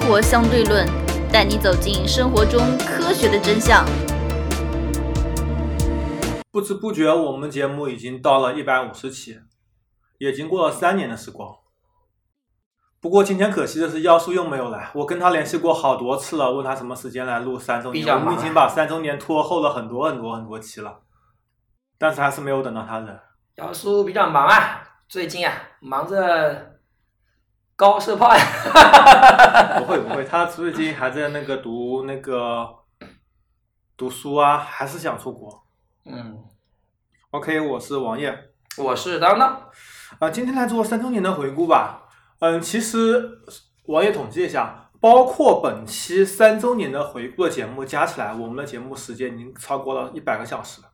活相对论》，带你走进生活中科学的真相。不知不觉，我们节目已经到了一百五十期，也已经过了三年的时光。不过今天可惜的是，妖叔又没有来。我跟他联系过好多次了，问他什么时间来录三周年。比较我忙啊们已经把三周年拖后了很多很多很多期了，但是还是没有等到他人。姚叔比较忙啊，最近啊忙着高射炮呀、啊不会不会，他最近还在那个读那个读书啊，还是想出国。 嗯， OK，我是王烨。我是当当，啊，今天来做三周年的回顾吧。嗯，其实我也统计一下，包括本期三周年的回顾的节目加起来，我们的节目时间已经超过了一百个小时了。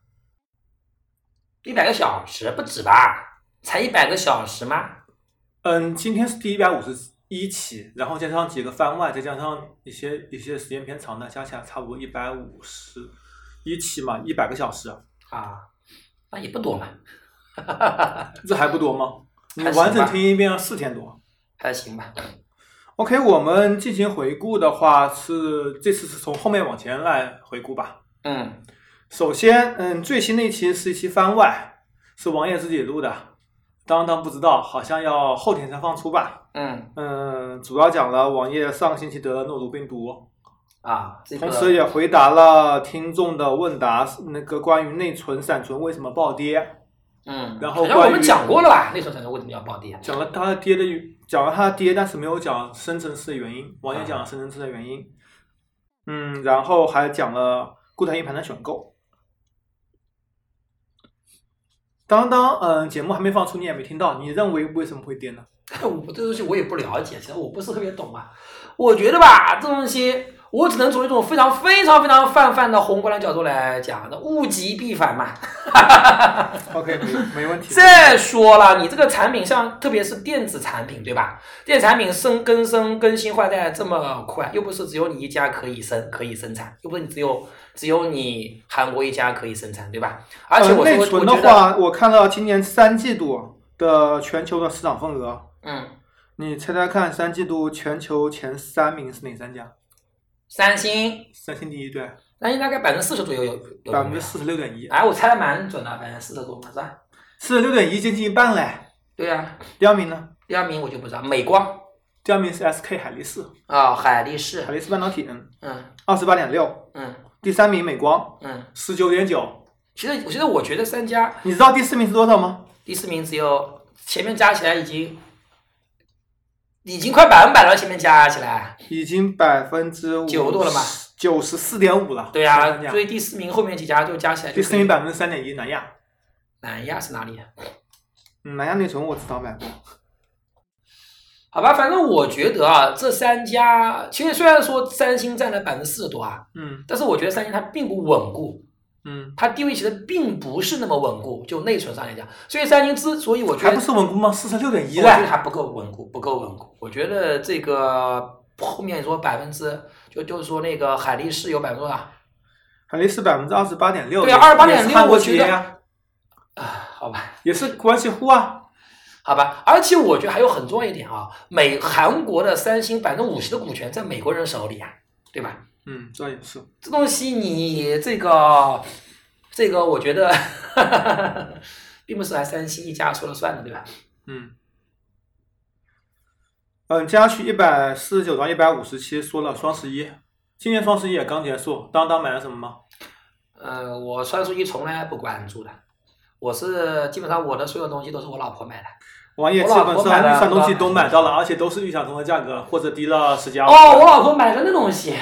一百个小时不止吧？才一百个小时吗？嗯，今天是第一百五十一期，然后加上几个番外，再加上一些一些时间偏长的，加起来差不多一百五十一期嘛，一百个小时，啊，那也不多嘛，这还不多吗？你还行吧完整听一遍要四天多。还行吧。 OK，我们进行回顾的话是这次是从后面往前来回顾吧。嗯，首先，嗯，最新的一期是一期番外，是王爷自己录的，当当不知道，好像要后天才放出吧。嗯嗯，主要讲了王爷上个星期得了诺如病毒，啊，这个同时也回答了听众的问答，那个关于内存、闪存为什么暴跌，嗯，然后好像我关们于讲过了吧？那时候才能为什么要啊暴跌？讲了它的跌的，讲了它的跌，但是没有讲深层次的原因。王爷讲啊了深层次的原因，嗯，然后还讲了固态硬盘的选购。当当，嗯，节目还没放出，你也没听到，你认为为什么会跌呢？我这东西我也不了解，其实我不是特别懂啊。我觉得吧，这东西我只能从一种非常非常非常泛泛的宏观的角度来讲，那物极必反嘛。 OK，没没 问题。再说了，你这个产品像，特别是电子产品，对吧？电子产品升更新更新换代这么快，又不是只有你一家可以生可以生产，又不是你只有只有你韩国一家可以生产，对吧？而且呃、我说，内我觉存的得，话，我看到今年三季度的全球的市场份额，嗯，你猜猜看，三季度全球前三名是哪三家？三星，三星第一，对，三星大概百分之四十左右有有百分之四十六点一，哎，我猜的蛮准的，百分之四十多嘛，是吧？四十六点一接近一半嘞。对呀、第二名呢？第二名我就不知道，美光第二名是 SK 海力士，啊、海力士海，力士半导体，嗯二十八点六。嗯第三名美光，嗯。十九点九。其实，其实我觉得三家你知道第四名是多少吗？第四名只有前面加起来已经已经快百分百了，前面加起来。已经百分之九多了吧？九十四点五了。对呀、想想所以第四名后面几家就加起来就可第以四名百分之三点一，南亚。南亚是哪里？啊嗯，南亚内存我知道买过。好吧，反正我觉得啊，这三家其实虽然说三星占了百分之四十多啊，嗯但是我觉得三星它并不稳固，嗯，它地位其实并不是那么稳固，就内存上来讲。所以三星之所以我觉还得不是稳固吗？四十六点一我觉得嘞。还不够稳固，不够稳固。我觉得这个后面说百分之，就就是说那个海力士有百分之多少？啊海力士百分之二十八点六。对啊28.6也是韩国我觉企业得呀，啊，好吧，也是关系户啊。好吧。而且我觉得还有很重要一点啊，美韩国的三星百分之五十的股权在美国人手里啊，对吧？嗯，这也是。这东西你这个这个，我觉得 并不是来三星一家说了算的，对吧？嗯，嗯，接下去一百四十九到一百五十期说了双十一，今年双十一也刚结束，当当买了什么吗？呃，我算数一从来不关注的，我是基本上我的所有东西都是我老婆买的。王爷基本我老婆买上了预算东西都买到了，而且都是预想中的价格或者低了十加。哦，我老婆买了那东西，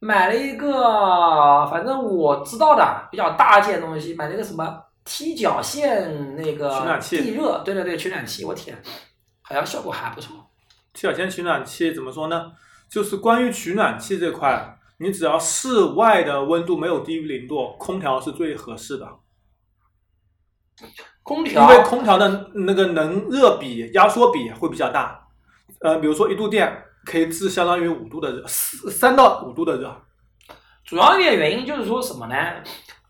买了一个，反正我知道的比较大件东西，买了一个什么踢脚线那个取暖器地热，对对对，取暖器，我天，好像效果还不错。七小千取暖器怎么说呢？就是关于取暖器这块，你只要室外的温度没有低于零度，空调是最合适的，空调因为空调的那个能热比、压缩比会比较大。呃，比如说一度电可以治相当于五度的热，四三到五度的热。主要一点原因就是说什么呢？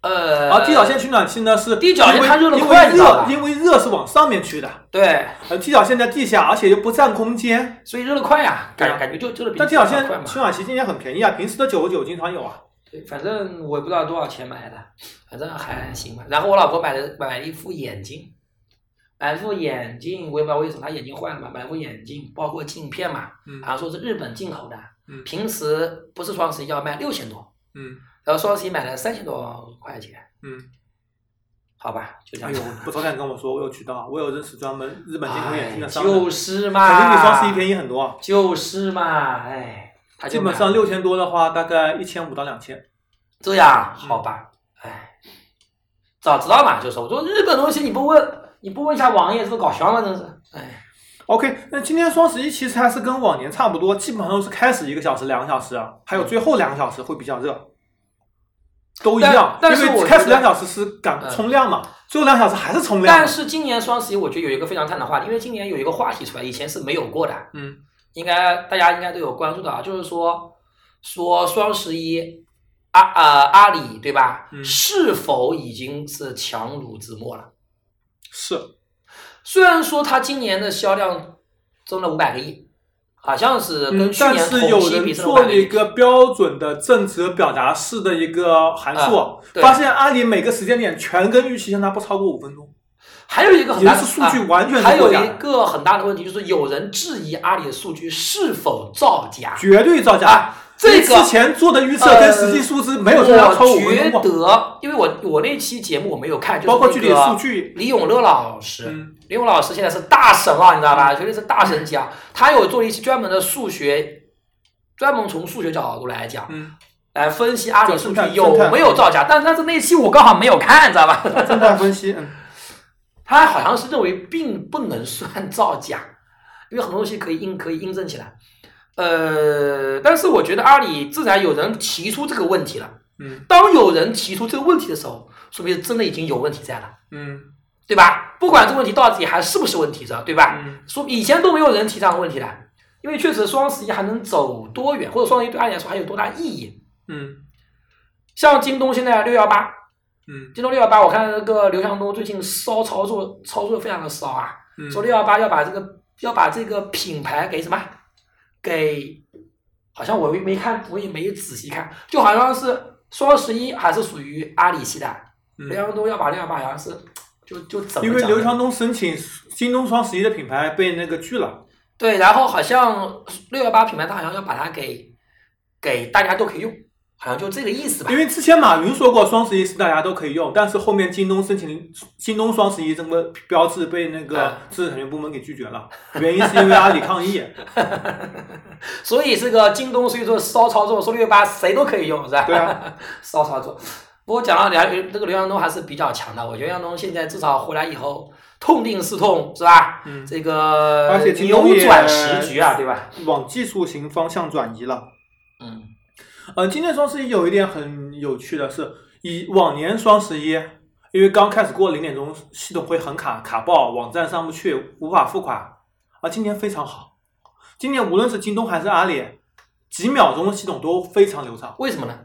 呃，而啊地脚线取暖器呢是地脚线因为它热得因快为你知道热吧，因为热是往上面去的，对，而地脚线在地下，而且又不占空间。所以热得快呀、对啊感感觉就就是比但地脚电线脑快嘛取。暖器今年很便宜啊，平时的九十九经常有啊。对，反正我也不知道多少钱买的，反正还行吧。然后我老婆买了买了一副眼镜，买了副眼镜，我也不知道为什么她眼镜坏了嘛，买了副眼镜，包括镜片嘛，嗯好像说是日本进口的，嗯平时不是双十一要卖六千多，嗯然后双十一买了三千多块钱，嗯，好吧，就这哎样呦子。，我昨天跟我说我有渠道，啊我有认识专门日本进口眼镜的商人，哎就肯是定嘛，比双十一便宜很多啊。就是嘛，哎，他基就买本上六千多的话，大概一千五到两千。这样，嗯好吧，哎，早知道嘛，就是我说日本东西你不问，你不问一下网页，这不搞笑吗？真是，哎， OK，那今天双十一其实还是跟往年差不多，基本上都是开始一个小时、两个小时，啊还有最后两个小时会比较热，都一样。但但是因我为开始觉得两小时是赶嗯冲量嘛，最后两小时还是冲量嘛。但是今年双十一，我觉得有一个非常赞的话题，因为今年有一个话题出来，以前是没有过的，嗯应该大家应该都有关注的啊，就是说说双十一。阿呃阿里对吧？嗯是否已经是强弩之末了？，是，虽然说它今年的销量增了五百个亿，好像是呃跟嗯，去但年是同有期人比增做500了个一亿。个标准的正则表达式的一个函数，啊对发现阿里每个时间点全跟预期相差不超过五分钟，还有一个很大也的是数据完全啊是还有作假的一个很大的问题就是有人质疑阿里的数据是否造假绝对造假。啊。这你个呃之前做的预测跟实际数字没有相差超我过五分钟觉过，得，因为我我那期节目我没有看，就是包括那具体个数据。李永乐老师，嗯李永乐老师现在是大神啊，你知道吧？绝对是大神级啊！他有做了一期专门的数学，专门从数学角度来讲，嗯，来分析阿里数据侦探有侦探没有造假。但但是那期我刚好没有看，你知道吧？ 正在分析，嗯，他好像是认为并不能算造假， 因为很多东西可以印可以印证起来。呃，但是我觉得阿里自然有人提出这个问题了。嗯当有人提出这个问题的时候，说明真的已经有问题在了，嗯对吧？不管这个问题到底还是不是问题，知道对吧？嗯说以前都没有人提这样的问题的，因为确实双十一还能走多远，或者双十一对阿里来说还有多大意义？嗯像京东现在六幺八，嗯京东六幺八，我看那个刘强东最近骚操作，操作非常的骚啊。嗯，说六幺八要把这个要把这个品牌给什么？给好像我没没看，我也没仔细看，就好像是双十一还是属于阿里系的，刘嗯强东要把六幺八好像是就就怎么因为讲呢刘强东申请京东双十一的品牌被那个拒了，对，然后好像六幺八品牌，他好像要把它给给大家都可以用，好像就这个意思吧因。为之前马云说过双十一是大家都可以用，但是后面京东申请京东双十一这个标志被那个啊知识产权部门给拒绝了，原因是因为阿里抗议。所以这个京东所以说骚操作，说六幺八谁都可以用，是吧？对啊， 骚操作。不过讲到梁这个刘强东还是比较强的，我觉得刘强东现在至少回来以后痛定思痛，是吧？ 嗯，这个而且京扭东也转时局啊，对吧？往技术型方向转移了。嗯，呃，今年双十一有一点很有趣的是，以往年双十一，因为刚开始过零点钟，系统会很卡卡爆，网站上不去，无法付款。而今年非常好，今年无论是京东还是阿里，几秒钟系统都非常流畅。为什么呢？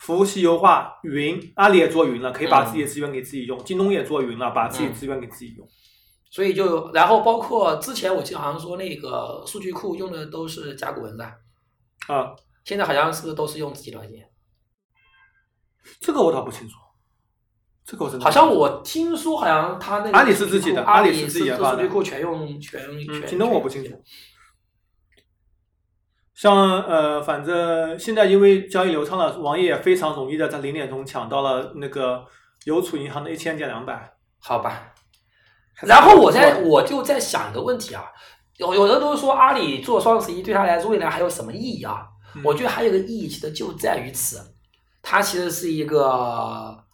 服务器优化，云，阿里也做云了，可以把自嗯己的资源给自己用；京东也做云了，把自己的资源给自己用。所以就然后包括之前我记得好像说那个数据库用的都是甲骨文的，啊、现在好像是不是都是用自己的软嗯件？这个我倒不清楚，这个我真的好像不清楚我听说好像他那个阿里是自己的数据库阿阿里是是自己研发的数据库全用全全。嗯，京东我不清楚。。像呃，反正现在因为交易流畅了，网页也非常容易的在零点钟抢到了那个邮储银行的一千减两百。好吧。然后我在还是我就在想一个问题啊，有有人都说阿里做双十一对他来说未来还有什么意义啊？嗯我觉得还有一个意义，其实就在于此，它其实是一个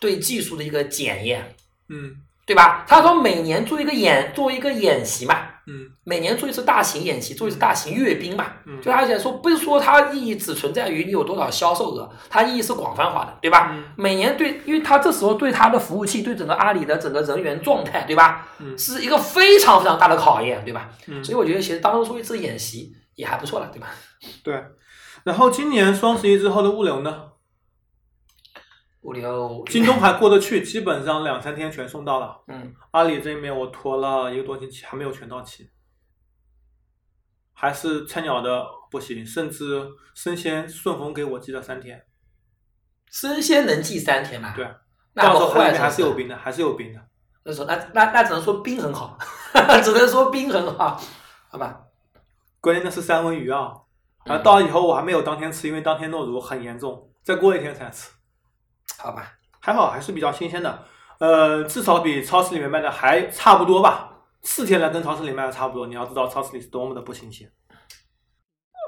对技术的一个检验，嗯对吧？他说每年做一个演做一个演习嘛，嗯每年做一次大型演习，做一次大型阅兵嘛。嗯就而且说不是说它意义只存在于你有多少销售额，它意义是广泛化的，对吧？嗯每年对，因为它这时候对它的服务器，对整个阿里的整个人员状态，对吧？嗯是一个非常非常大的考验，对吧？嗯，所以我觉得其实当初做一次演习也还不错了，对吧？对。然后今年双十一之后的物流呢？物流，京东还过得去，基本上两三天全送到了。嗯，阿里这边我拖了一个多星期，还没有全到齐，还是菜鸟的不行，甚至生鲜顺丰给我寄了三天，生鲜能寄三天吗？对，那到时么候还坏是还是有冰。冰的，还是有冰的。那时候那那那只能说冰很好， 只能说冰很好，好吧？关键的是三文鱼啊，然嗯后到以后我还没有当天吃，因为当天诺如很严重，再过一天才吃，好吧，还好还是比较新鲜的，呃，至少比超市里面卖的还差不多吧。四天了，跟超市里卖的差不多。你要知道超市里是多么的不新鲜。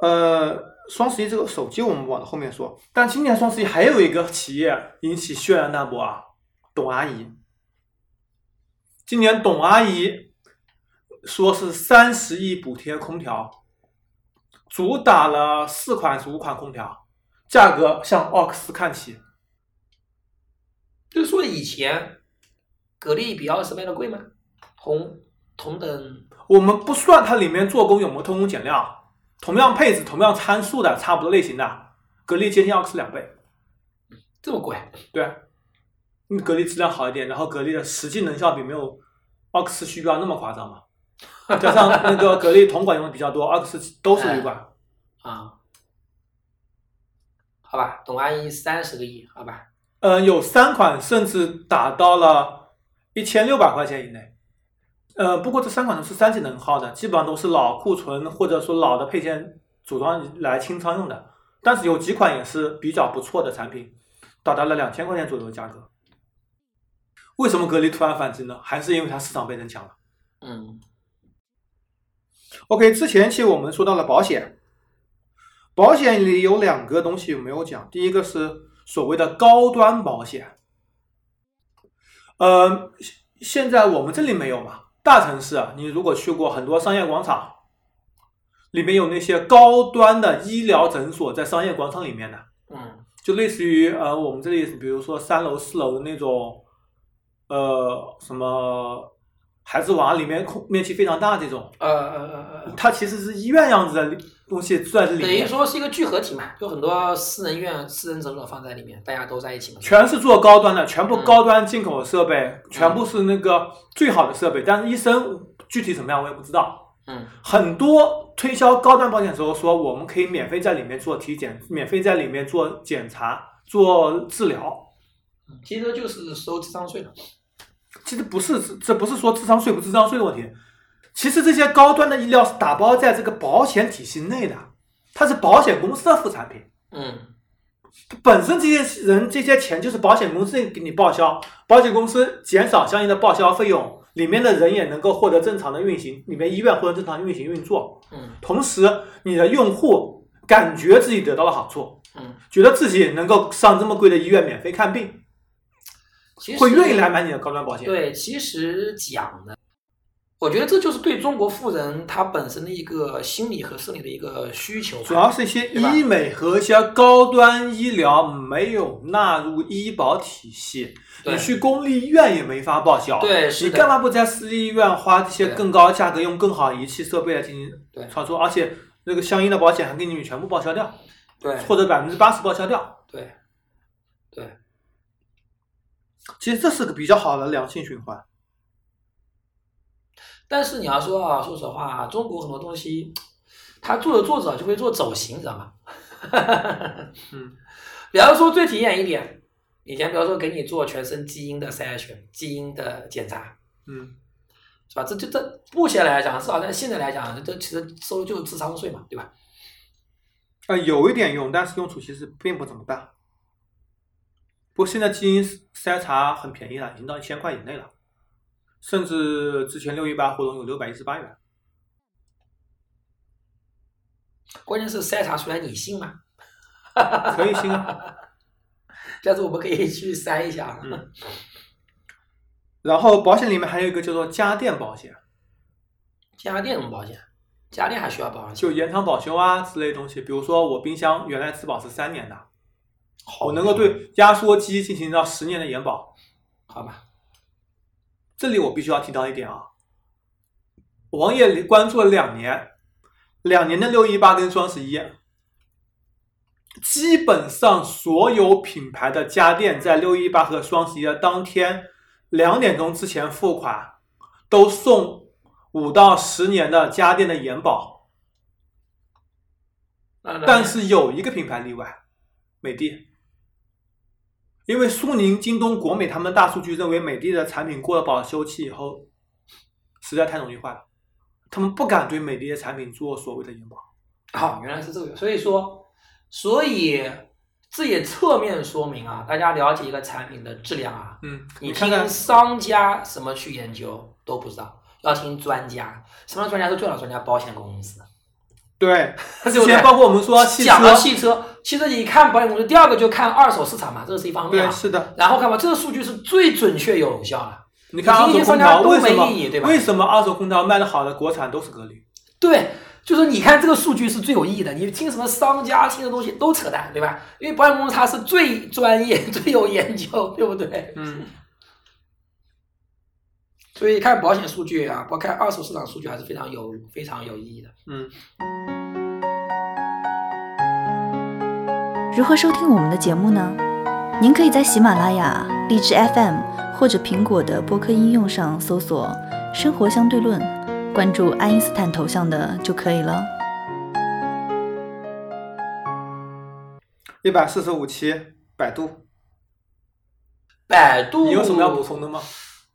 呃，双十一这个手机我们往后面说，但今年双十一还有一个企业引起轩然大波啊，董阿姨。今年董阿姨说是三十亿补贴空调，主打了四款是五款空调，价格向奥克斯看齐。就是说以前格力比奥斯卖的贵吗？同同等我们不算它里面做工有没有偷工减料，同样配置、同样参数的、差不多类型的，格力接近奥克斯两倍。这么贵，对，嗯格力质量好一点，然后格力的实际能效比没有奥克斯虚标那么夸张嘛。加上那个格力铜管用的比较多，奥克斯都是铝管。啊？好吧，董阿姨三十个亿，好吧？嗯，有三款甚至打到了一千六百块钱以内。呃，不过这三款都是三级能耗的，基本上都是老库存或者说老的配件组装来清仓用的。但是有几款也是比较不错的产品，达到了两千块钱左右的价格。为什么格力突然反击呢？还是因为它市场被人抢了。嗯 OK，之前期我们说到了保险，保险里有两个东西没有讲，第一个是所谓的高端保险，呃，现现在我们这里没有嘛，大城市啊，你如果去过很多商业广场，里面有那些高端的医疗诊所在商业广场里面的，嗯就类似于呃我们这里比如说三楼四楼的那种，呃什么孩子娃里面空面积非常大这种。呃呃呃呃，它其实是医院样子的东西在这里等于面，说是一个聚合体嘛，有很多私人院、私人诊所放在里面，大家都在一起嘛。全是做高端的，全部高端进口的设备，嗯全部是那个最好的设备。但是医生具体怎么样我也不知道。嗯很多推销高端保险的时候说，我们可以免费在里面做体检，免费在里面做检查、做治疗。嗯，其实就是收智商税了。其实不是，这不是说智商税不智商税的问题，其实这些高端的医疗是打包在这个保险体系内的，它是保险公司的副产品。嗯本身这些人这些钱就是保险公司给你报销，保险公司减少相应的报销费用，里面的人也能够获得正常的运行，里面医院获得正常运行运作。嗯同时，你的用户感觉自己得到了好处，嗯，觉得自己能够上这么贵的医院免费看病，其实会愿意来买你的高端保险。对，其实讲呢，我觉得这就是对中国富人他本身的一个心理和生理的一个需求吧。主要是一些对吧医美和一些高端医疗没有纳入医保体系，对你去公立医院也没法报销。对是你的干嘛不在私立医院花这些对更高价格，用更好的仪器设备来进对行操作？而且那个相应的保险还给你们全部报销掉，对或者百分之八十报销掉。对对，其实这是个比较好的良性循环。但是你要说啊，说实话，中国很多东西，他做着做着就会做走形，你知道吗？嗯，比方说最体验一点，以前比方说给你做全身基因的筛选、基因的检查，嗯，是吧？这就这目前来讲是好，啊但现在来讲，这其实收就是智商税嘛，对吧？啊、有一点用，但是用处其实并不怎么大。不过现在基因筛查很便宜了，已经到一千块以内了，甚至之前六一八活动有六百一十八元。关键是筛查出来你信吗？可以信啊。 下次我们可以去筛一下啊。嗯然后保险里面还有一个叫做家电保险，家电什么保险？家电还需要保险？就延长保修啊之类的东西。比如说我冰箱原来质保是三年的，好我能够对压缩机进行到十年的延保。好吧？这里我必须要提到一点啊，王爷关注了两年，两年的六一八跟双十一，基本上所有品牌的家电在六一八和双十一的当天两点钟之前付款，都送五到十年的家电的延保， 啊但是有一个品牌例外，美的。因为苏宁、京东、国美他们大数据认为美的的产品过了保修期以后，实在太容易坏了，他们不敢对美的的产品做所谓的延保。哦，原来是这个，所以说，所以这也侧面说明啊，大家了解一个产品的质量啊，嗯，你看看听商家什么去研究都不知道，要听专家，什么专家是最好的专家，保险公司。 对，对之不对前包括我们说汽车讲，到汽车，汽车你看保险公司，第二个就看二手市场嘛，这是一方面对，啊。是的。然后看嘛，这个数据是最准确有效的。你看二你手空听一些商调家都为什没意义对么吧为什么二手空调卖的好的国产都是格力？对，就是你看这个数据是最有意义的。你听什么商家听的东西都扯淡，对吧？因为保险公司它是最专业、 最有研究，对不对？嗯，所以看保险数据啊，包括看二手市场数据还是非常有非常有意义的。嗯，如何收听我们的节目呢？您可以在喜马拉雅、荔枝 FM 或者苹果的播客应用上搜索“生活相对论”，关注爱因斯坦头像的就可以了。一百四十五期百度，百度，你有什么要补充的吗？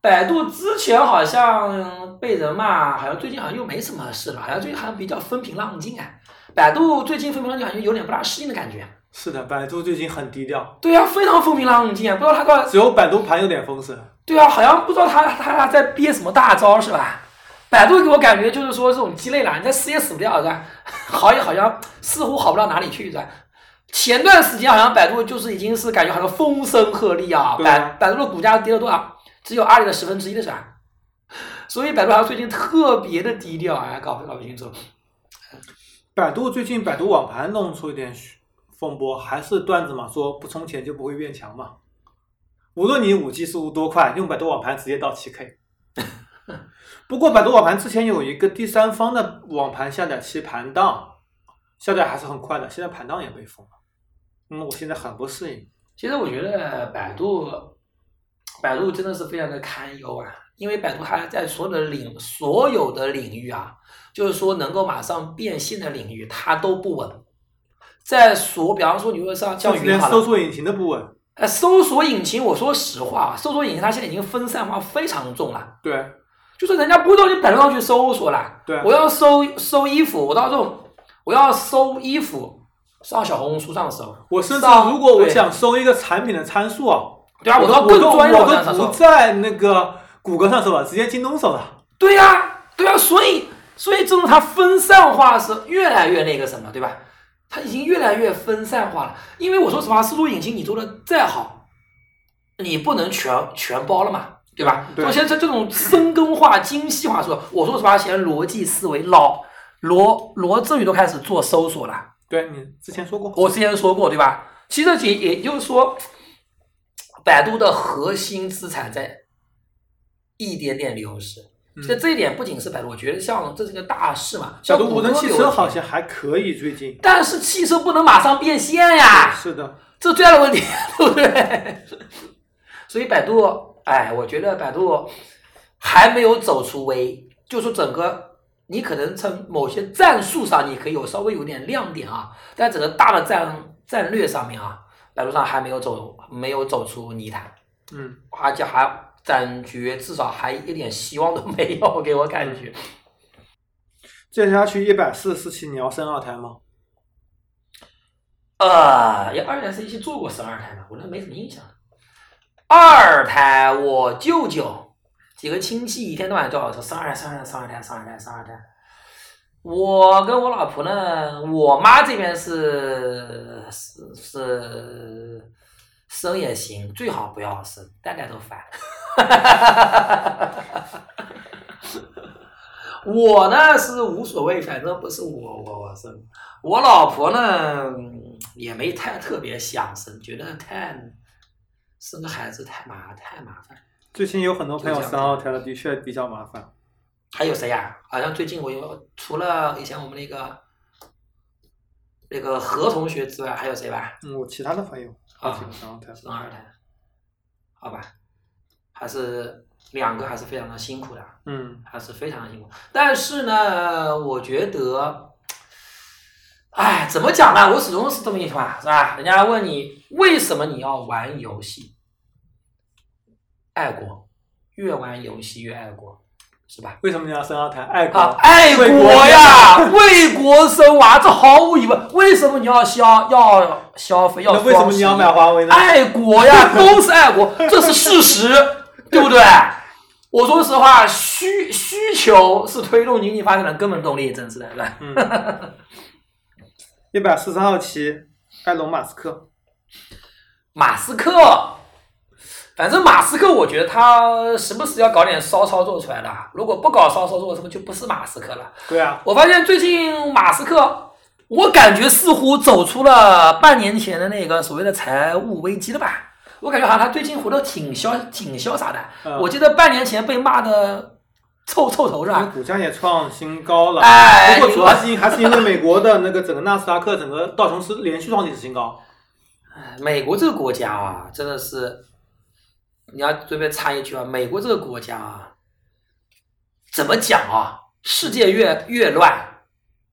百度之前好像被人骂，好像最近好像又没什么事了，好像最近好像比较风平浪静啊。百度最近风平浪静，好像有点不大适应的感觉。是的，百度最近很低调，对啊，非常风平浪静啊，不知道他到只有百度盘有点风声。对啊，好像不知道他他他在憋什么大招是吧？百度给我感觉就是说这种鸡肋啦，你再死也死不掉是吧？ 好也好像似乎好不到哪里去是吧？前段时间好像百度就是已经是感觉好像风声鹤唳啊，对啊百百度的股价跌了多少？只有阿里的十分之一了是吧？所以百度好像最近特别的低调啊，搞不搞不清楚。百度最近百度网盘弄出一点风波，还是段子嘛，说不充钱就不会变强嘛。无论你五 G 速度多快，用百度网盘直接到七 K。不过百度网盘之前有一个第三方的网盘下载器盘档，下载还是很快的，现在盘档也被封了。嗯，我现在很不适应。其实我觉得百度，百度真的是非常的堪忧啊，因为百度它在所有的领所有的领域啊，就是说能够马上变现的领域，它都不稳。在所，比方说你说像像就连云好搜了，索引擎都不稳。呃，搜索引擎，我说实话，啊搜索引擎它现在已经分散化非常重了。对就是人家不知道你百度上去搜索啦。对啊我要搜搜衣服，我到这种我要搜衣服，上小红书上搜。我甚至上如果我对想搜一个产品的参数啊，对啊，我我都到我更都专业的网站我上都搜不。在那个谷歌上搜了，直接京东搜了。对呀、对呀、所以所以这种它分散化是越来越那个什么，对吧？它已经越来越分散化了。因为我说实话，搜索引擎你做的再好，你不能全全包了嘛，对吧？对所以现在这种深耕化、精细化说，我说实话，现在逻辑思维老罗罗振宇都开始做搜索了。对你之前说过，我之前说过，对吧？其实也也就是说，百度的核心资产在一点点流失。嗯这、这一点不仅是百度，我觉得像这是个大事嘛。小像度谷无歌人汽流车失好，像还可以，最近。但是汽车不能马上变现呀，是的，这最大的问题，对不对？所以百度，哎，我觉得百度还没有走出危，就是整个你可能从某些战术上你可以有稍微有点亮点啊，但整个大的战战略上面啊，百度上还没有走没有走出泥潭，嗯，而且还感觉至少还一点希望都没有， 给我感觉。接下去一百四十期你要生二胎吗？呃，也二胎是一起做过生二胎吧，我那没什么印象。二胎，我舅舅几个亲戚一天到晚叫我说生二胎，生二胎，生二胎，生二胎，生二胎。我跟我老婆呢，我妈这边是是是生也行，最好不要生，大家都烦。 我呢是无所谓，反正不是我我我生，我老婆呢嗯也没太特别想生，觉得太生个孩子太麻太麻烦。最近有很多朋友生二胎了，的确比较麻烦。还有谁呀、好像最近我有除了以前我们那个那个何同学之外，还有谁吧？嗯，我其他的朋友啊基本上他生二胎，好吧，还是两个还是非常的辛苦的。嗯还是非常的辛苦。但是呢，我觉得，哎，怎么讲呢？我始终是这么一句话，是吧？人家问你为什么你要玩游戏，爱国，越玩游戏越爱国，是吧？为什么你要生二胎？爱国，啊，爱为国呀，为国生娃，这毫无疑问。为什么你要消要消费要那为什么你要双十一买华为呢？爱国呀，都是爱国，这是事实，对不对？我说实话，需需求是推动经济发展的根本动力，真是的，是吧？嗯，一百四十号期，埃隆·马斯克，马斯克，反正马斯克，我觉得他时不时要搞点骚操作出来的，如果不搞骚操作，他们就不是马斯克了。对啊，我发现最近马斯克，我感觉似乎走出了半年前的那个所谓的财务危机了吧？我感觉好像他最近活得挺潇挺潇洒的。嗯我记得半年前被骂的臭臭头是因为吧？股价也创新高了。哎不过主要是因还是因为美国的那个整个纳斯达克、整个道琼斯连续创历史新高。嗯美国这个国家啊，真的是，你要随便插一句啊，美国这个国家啊，怎么讲啊？世界越越乱，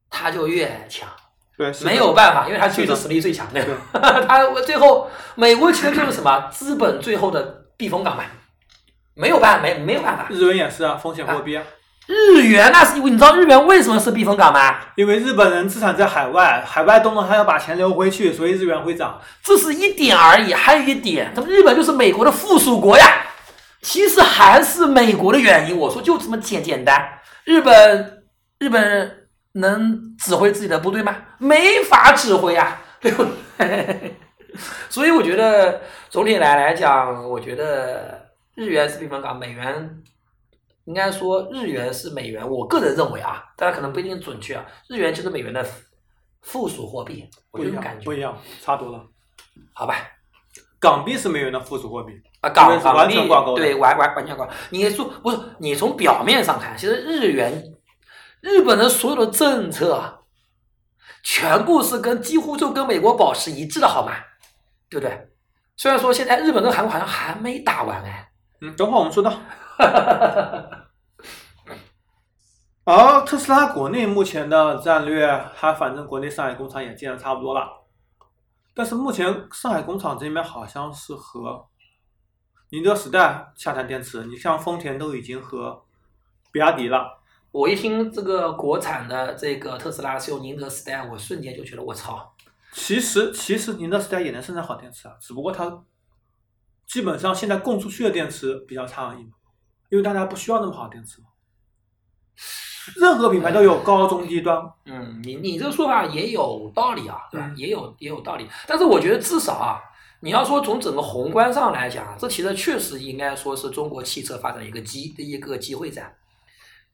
他就越强。对，是的没有办法，因为他确是的实实力最强 的。他最后美国其实就是什么资本最后的避风港嘛，没有办没没有办法。日元也是啊，风险货币啊，日元那是因为你知道日元为什么是避风港吗？因为日本人资产在海外，海外动荡他要把钱流回去，所以日元会涨。这是一点而已，还有一点，他们日本就是美国的附属国呀。其实还是美国的原因，我说就这么简简单。日本日本人能指挥自己的部队吗？没法指挥呀，对不对？ 所以我觉得总体来来讲，我觉得日元是避风港，美元应该说日元是美元，我个人认为啊，大家可能不一定准确啊，日元就是美元的附属货币，我不这一样种感，不觉，一样，差多了。好吧？港币是美元的附属货币，啊，港是港完币全挂钩的对，完完完全挂钩。你说不是？你从表面上看，其实日元，日本的所有的政策，啊全部是跟几乎就跟美国保持一致的，好吗？对不对？虽然说现在日本跟韩国好像还没打完哎，嗯，等会儿我们说到。而特斯拉国内目前的战略，它反正国内上海工厂也建的差不多了，但是目前上海工厂这边好像是和宁德时代洽谈电池，你像丰田都已经和比亚迪了，我一听这个国产的这个特斯拉是用宁德时代，我瞬间就觉得我操，其实其实宁德时代也能生产好电池啊，只不过它基本上现在供出去的电池比较差而已嘛，因为大家不需要那么好的电池嘛。任何品牌都有高中低端，嗯，你你这个说法也有道理啊，对吧？嗯也有也有道理，但是我觉得至少啊，你要说从整个宏观上来讲啊，这其实确实应该说是中国汽车发展的一个机的一个机会站，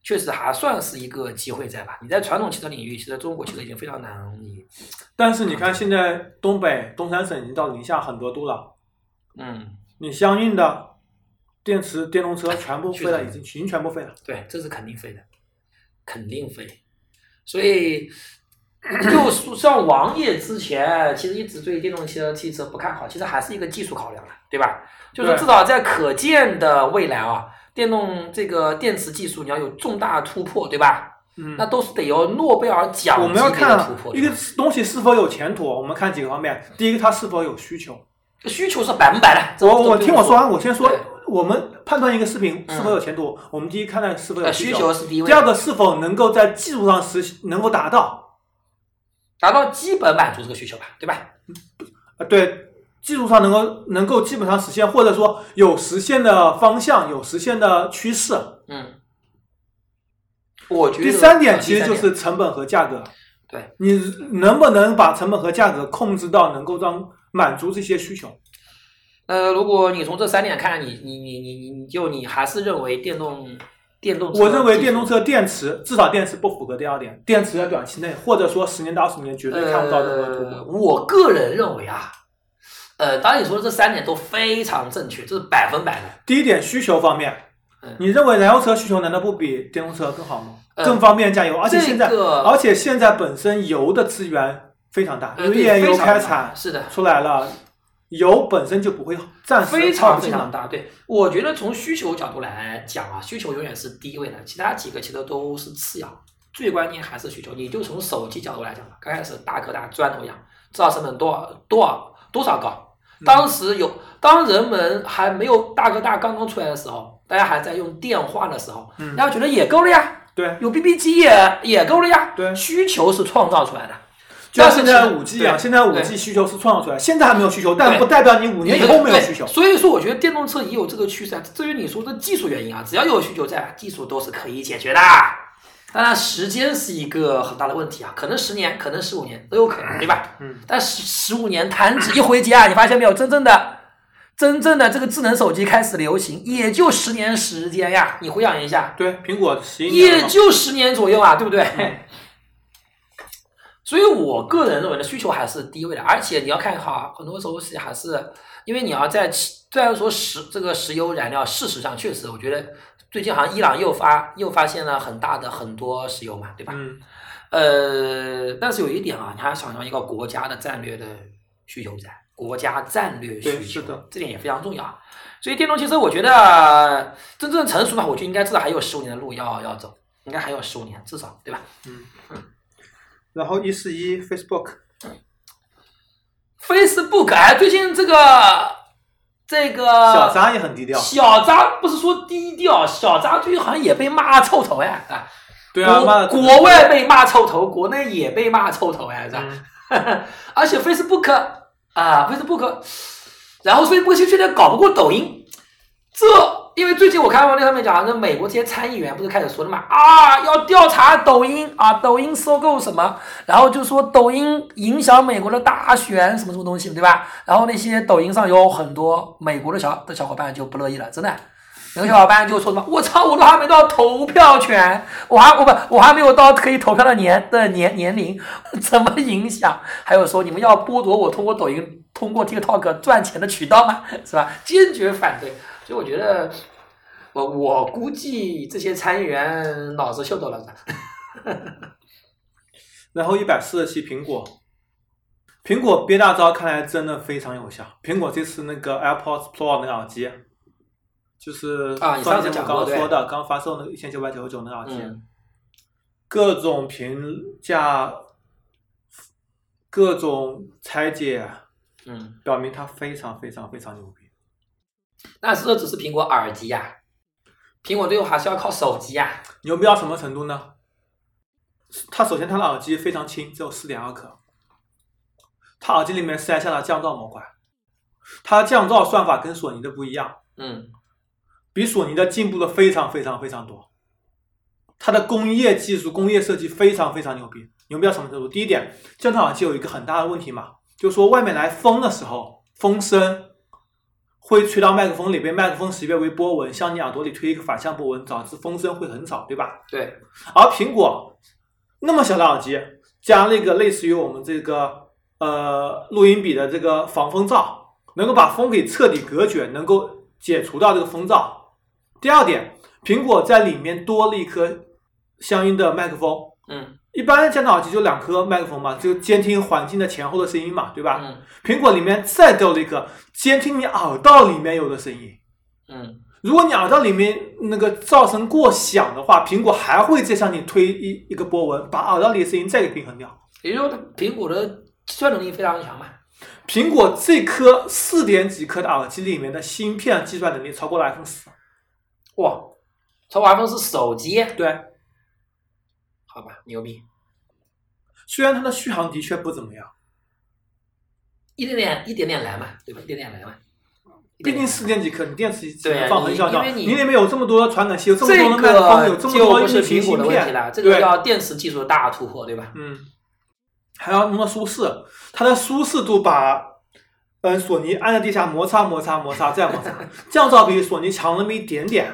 确实还算是一个机会站吧。你在传统汽车领域，其实中国汽车已经非常难以，但是你看，现在东北东三省已经到零下很多度了，嗯，你相应的电池电动车全部废了，已经已经全部废了。对，这是肯定废的，哦肯定废。所以， 就像王爷之前其实一直对电动汽车汽车不看好，其实还是一个技术考量了，啊对吧？就是对至少在可见的未来啊，电动这个电池技术你要有重大突破，对吧？嗯那，都是得由诺贝尔奖我级们要别看的啊突破。一个东西是否有前途，我们看几个方面。第一个，它是否有需求。个需求是百分百的。这我这我不听用我说完，我先说对，我们判断一个视频嗯是否有前途，我们第一看它是否有呃，需求求，是第一位第的，二个是否能够在技术上实现能够达到，达到基本满足这个需求吧，对吧？啊对，技术上能够能够基本上实现，或者说有实现的方向，有实现的趋势。嗯，我觉得第三点嗯其实第就三是成本和价格，对你能不能把成本和价格控制到能够让满足这些需求？呃，如果你从这三点看，你你你你你你就你还是认为电动电动车技术，我认为电动车电池至少电池不符合第二点，电池在短期内或者说十年到二十年绝对看不到任何突呃。破。我个人认为啊，呃，当然你说的这三点都非常正确，这是百分百的。第一点，需求方面嗯，你认为燃油车需求难道不比电动车更好吗？呃更方便加油，而且现在这个而且现在本身油的资源非常大，呃因为对页岩油非常开大采是的，出来了，油本身就不会暂时 非耗常不非尽常了。大。对，我觉得从需求角度来讲啊，需求永远是第一位的，其他几个其实都是次要，最关键还是需求。你就从手机角度来讲吧，刚开始大哥大砖头一样，制造成本多少多少多少高？嗯当时有，当人们还没有大哥大刚刚出来的时候，大家还在用电话的时候，嗯大家觉得也够了呀，对，有 BB 机也也够了呀。对需求是创造出来的。就像但是现在其五 G 啊，对现在五对 G 需求是创造出来，现在还没有需求，但对不代表你五年以后没有对需求。所以说，我觉得电动车也有这个趋势啊。至于你说的技术原因啊，只要有需求在，技术都是可以解决的。当然，时间是一个很大的问题啊，可能十年，可能十五年都有可能，对吧？嗯。但十十五年弹指一挥间啊，你发现没有？真正的、真正的这个智能手机开始流行，也就十年时间呀。你回想一下，对，苹果十一年了嗯也嘛，就十年左右啊，对不对？所以我个人认为呢，需求还是第一位的，而且你要看哈，很多时候是还是因为你要在其虽然说石这个石油燃料，事实上确实，我觉得最近好像伊朗又发又发现了很大的很多石油嘛，对吧？嗯，呃，但是有一点啊，你还要想象一个国家的战略的需求在，国家战略需求，对是的这点也非常重要啊。所以电动汽车，我觉得真正成熟呢，我觉得应该至少还有十五年的路要要走，应该还有十五年，至少对吧然后一四一 Facebook， ？Facebook 哎，最近这个这个小张也很低调。小张呃不是说低调，小张最近好像也被骂臭头哎啊，对啊，国妈的，国外被骂臭头，国内也被骂臭头哎，是吧？嗯 而且 Facebook 啊，Facebook，然后 Facebook 现在搞不过抖音，这因为最近我看网络上面讲，那美国这些参议员不是开始说了嘛，啊，要调查抖音啊，抖音收购什么，然后就说抖音影响美国的大选什么什么东西，对吧？然后那些抖音上有很多美国的小的小伙伴就不乐意了，真的。有个小伙伴就说什么：“我操，我都还没到投票权，我还我不我还没有到可以投票的年的年年龄， 怎么影响？还有说你们要剥夺我通过抖音、通过 TikTok 赚钱的渠道吗？ 是吧？坚决反对。所以我觉得，我我估计这些参议员脑子秀逗了吧。然后一百四十七苹果，苹果憋大招看来真的非常有效。苹果这次那个 AirPods Pro 那耳机，就是啊你上上次节讲目刚过刚对说的，刚发售那个一千九百九十九那耳机，嗯各种评价，各种拆解，嗯，表明它非常非常非常牛逼。但是这只是苹果耳机呀、苹果最后还是要靠手机呀、牛逼到什么程度呢？它首先它的耳机非常轻，只有四点二克，它耳机里面塞下了降噪模块，它降噪算法跟索尼的不一样，嗯比索尼的进步了非常非常非常多。它的工业技术、工业设计非常非常牛逼，牛逼到什么程度？第一点，降噪耳机有一个很大的问题嘛，就是说外面来风的时候，风声会吹到麦克风里，被麦克风识别为波纹，向你耳朵里推一个反向波纹，导致风声会很吵，对吧？对，而苹果那么小的耳机，加了一个类似于我们这个呃录音笔的这个防风罩，能够把风给彻底隔绝，能够解除到这个风罩。第二点，苹果在里面多了一颗相应的麦克风。嗯一般降噪耳机就两颗麦克风嘛，就监听环境的前后的声音嘛，对吧？嗯苹果里面再多了一个监听你耳道里面有的声音。嗯如果你耳道里面那个噪声过响的话，苹果还会再向你推一一个波纹，把耳道里的声音再给平衡掉。也就是说，苹果的计算能力非常强嘛。苹果这颗四点几克的耳机里面的芯片计算能力超过了 iPhone 四。哇，从 iPhone 是手机，对，好吧，牛逼，虽然它的续航的确不怎么样，一点点一点点来嘛，对吧？一点点来嘛，一毕点点竟来四点几克，你电池只对能放很小你因小。为你里面有这么多的传感器，有这么多的麦这克风，有个这么就多不运是行苹果芯的问题了，片，这个对，叫电池技术的大突破，对吧？嗯，还要弄到舒适，它的舒适度把。嗯，索尼按在地下摩擦摩擦摩擦再摩擦，降噪啊比索尼强那么一点点，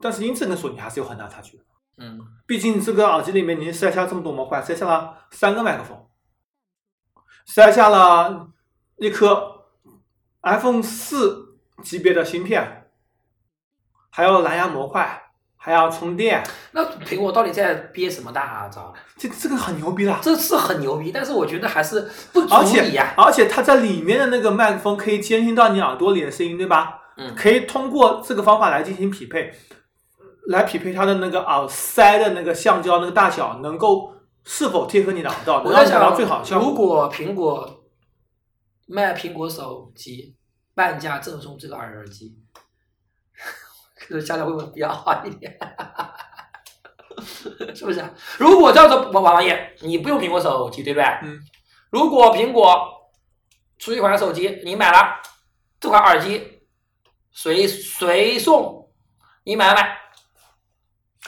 但是音质跟索尼还是有很大差距的。嗯，毕竟这个耳机里面你塞下这么多模块，塞下了三个麦克风，塞下了一颗 iPhone 四级别的芯片，还有蓝牙模块，还要充电，那苹果到底在憋什么大招呢？这这个很牛逼了。这是很牛逼，但是我觉得还是不足而以啊且呀、而且它在里面的那个麦克风可以监听到你耳朵里的声音，对吧？嗯可以通过这个方法来进行匹配，来匹配它的那个耳塞的那个橡胶那个大小，能够是否贴合你的耳道，能我让你在达到最好想的，效如果。果苹果卖苹果手机半价赠送这个耳耳机，可是家长会不会比较好一点？ 是不是啊？如果照着王王爷，你不用苹果手机，对不对？嗯。如果苹果出一款手机，你买了这款耳机随随送，你买不买？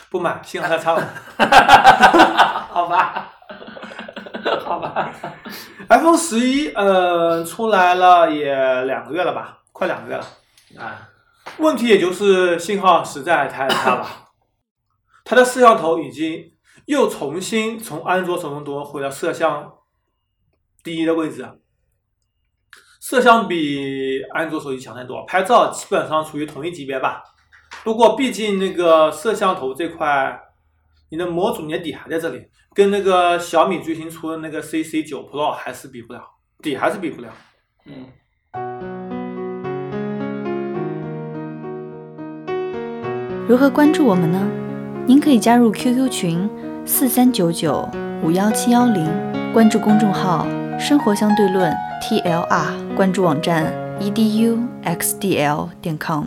不买，信号太差了。 好吧，好吧， iPhone 十一，呃，出来了也两个月了吧，快两个月了。啊，问题也就是信号实在太差了，它的摄像头已经又重新从安卓手动夺回了摄像第一的位置，啊摄像比安卓手机强太多，拍照基本上处于同一级别吧。不过毕竟那个摄像头这块，你的模组你的底还在这里，跟那个小米最新出的那个 CC 九 Pro 还是比不了，底还是比不了。嗯。如何关注我们呢？您可以加入 QQ 群四三九九五幺七幺零，关注公众号“生活 E 相对论 ”TLR，关注网站 eduxdl 点 com。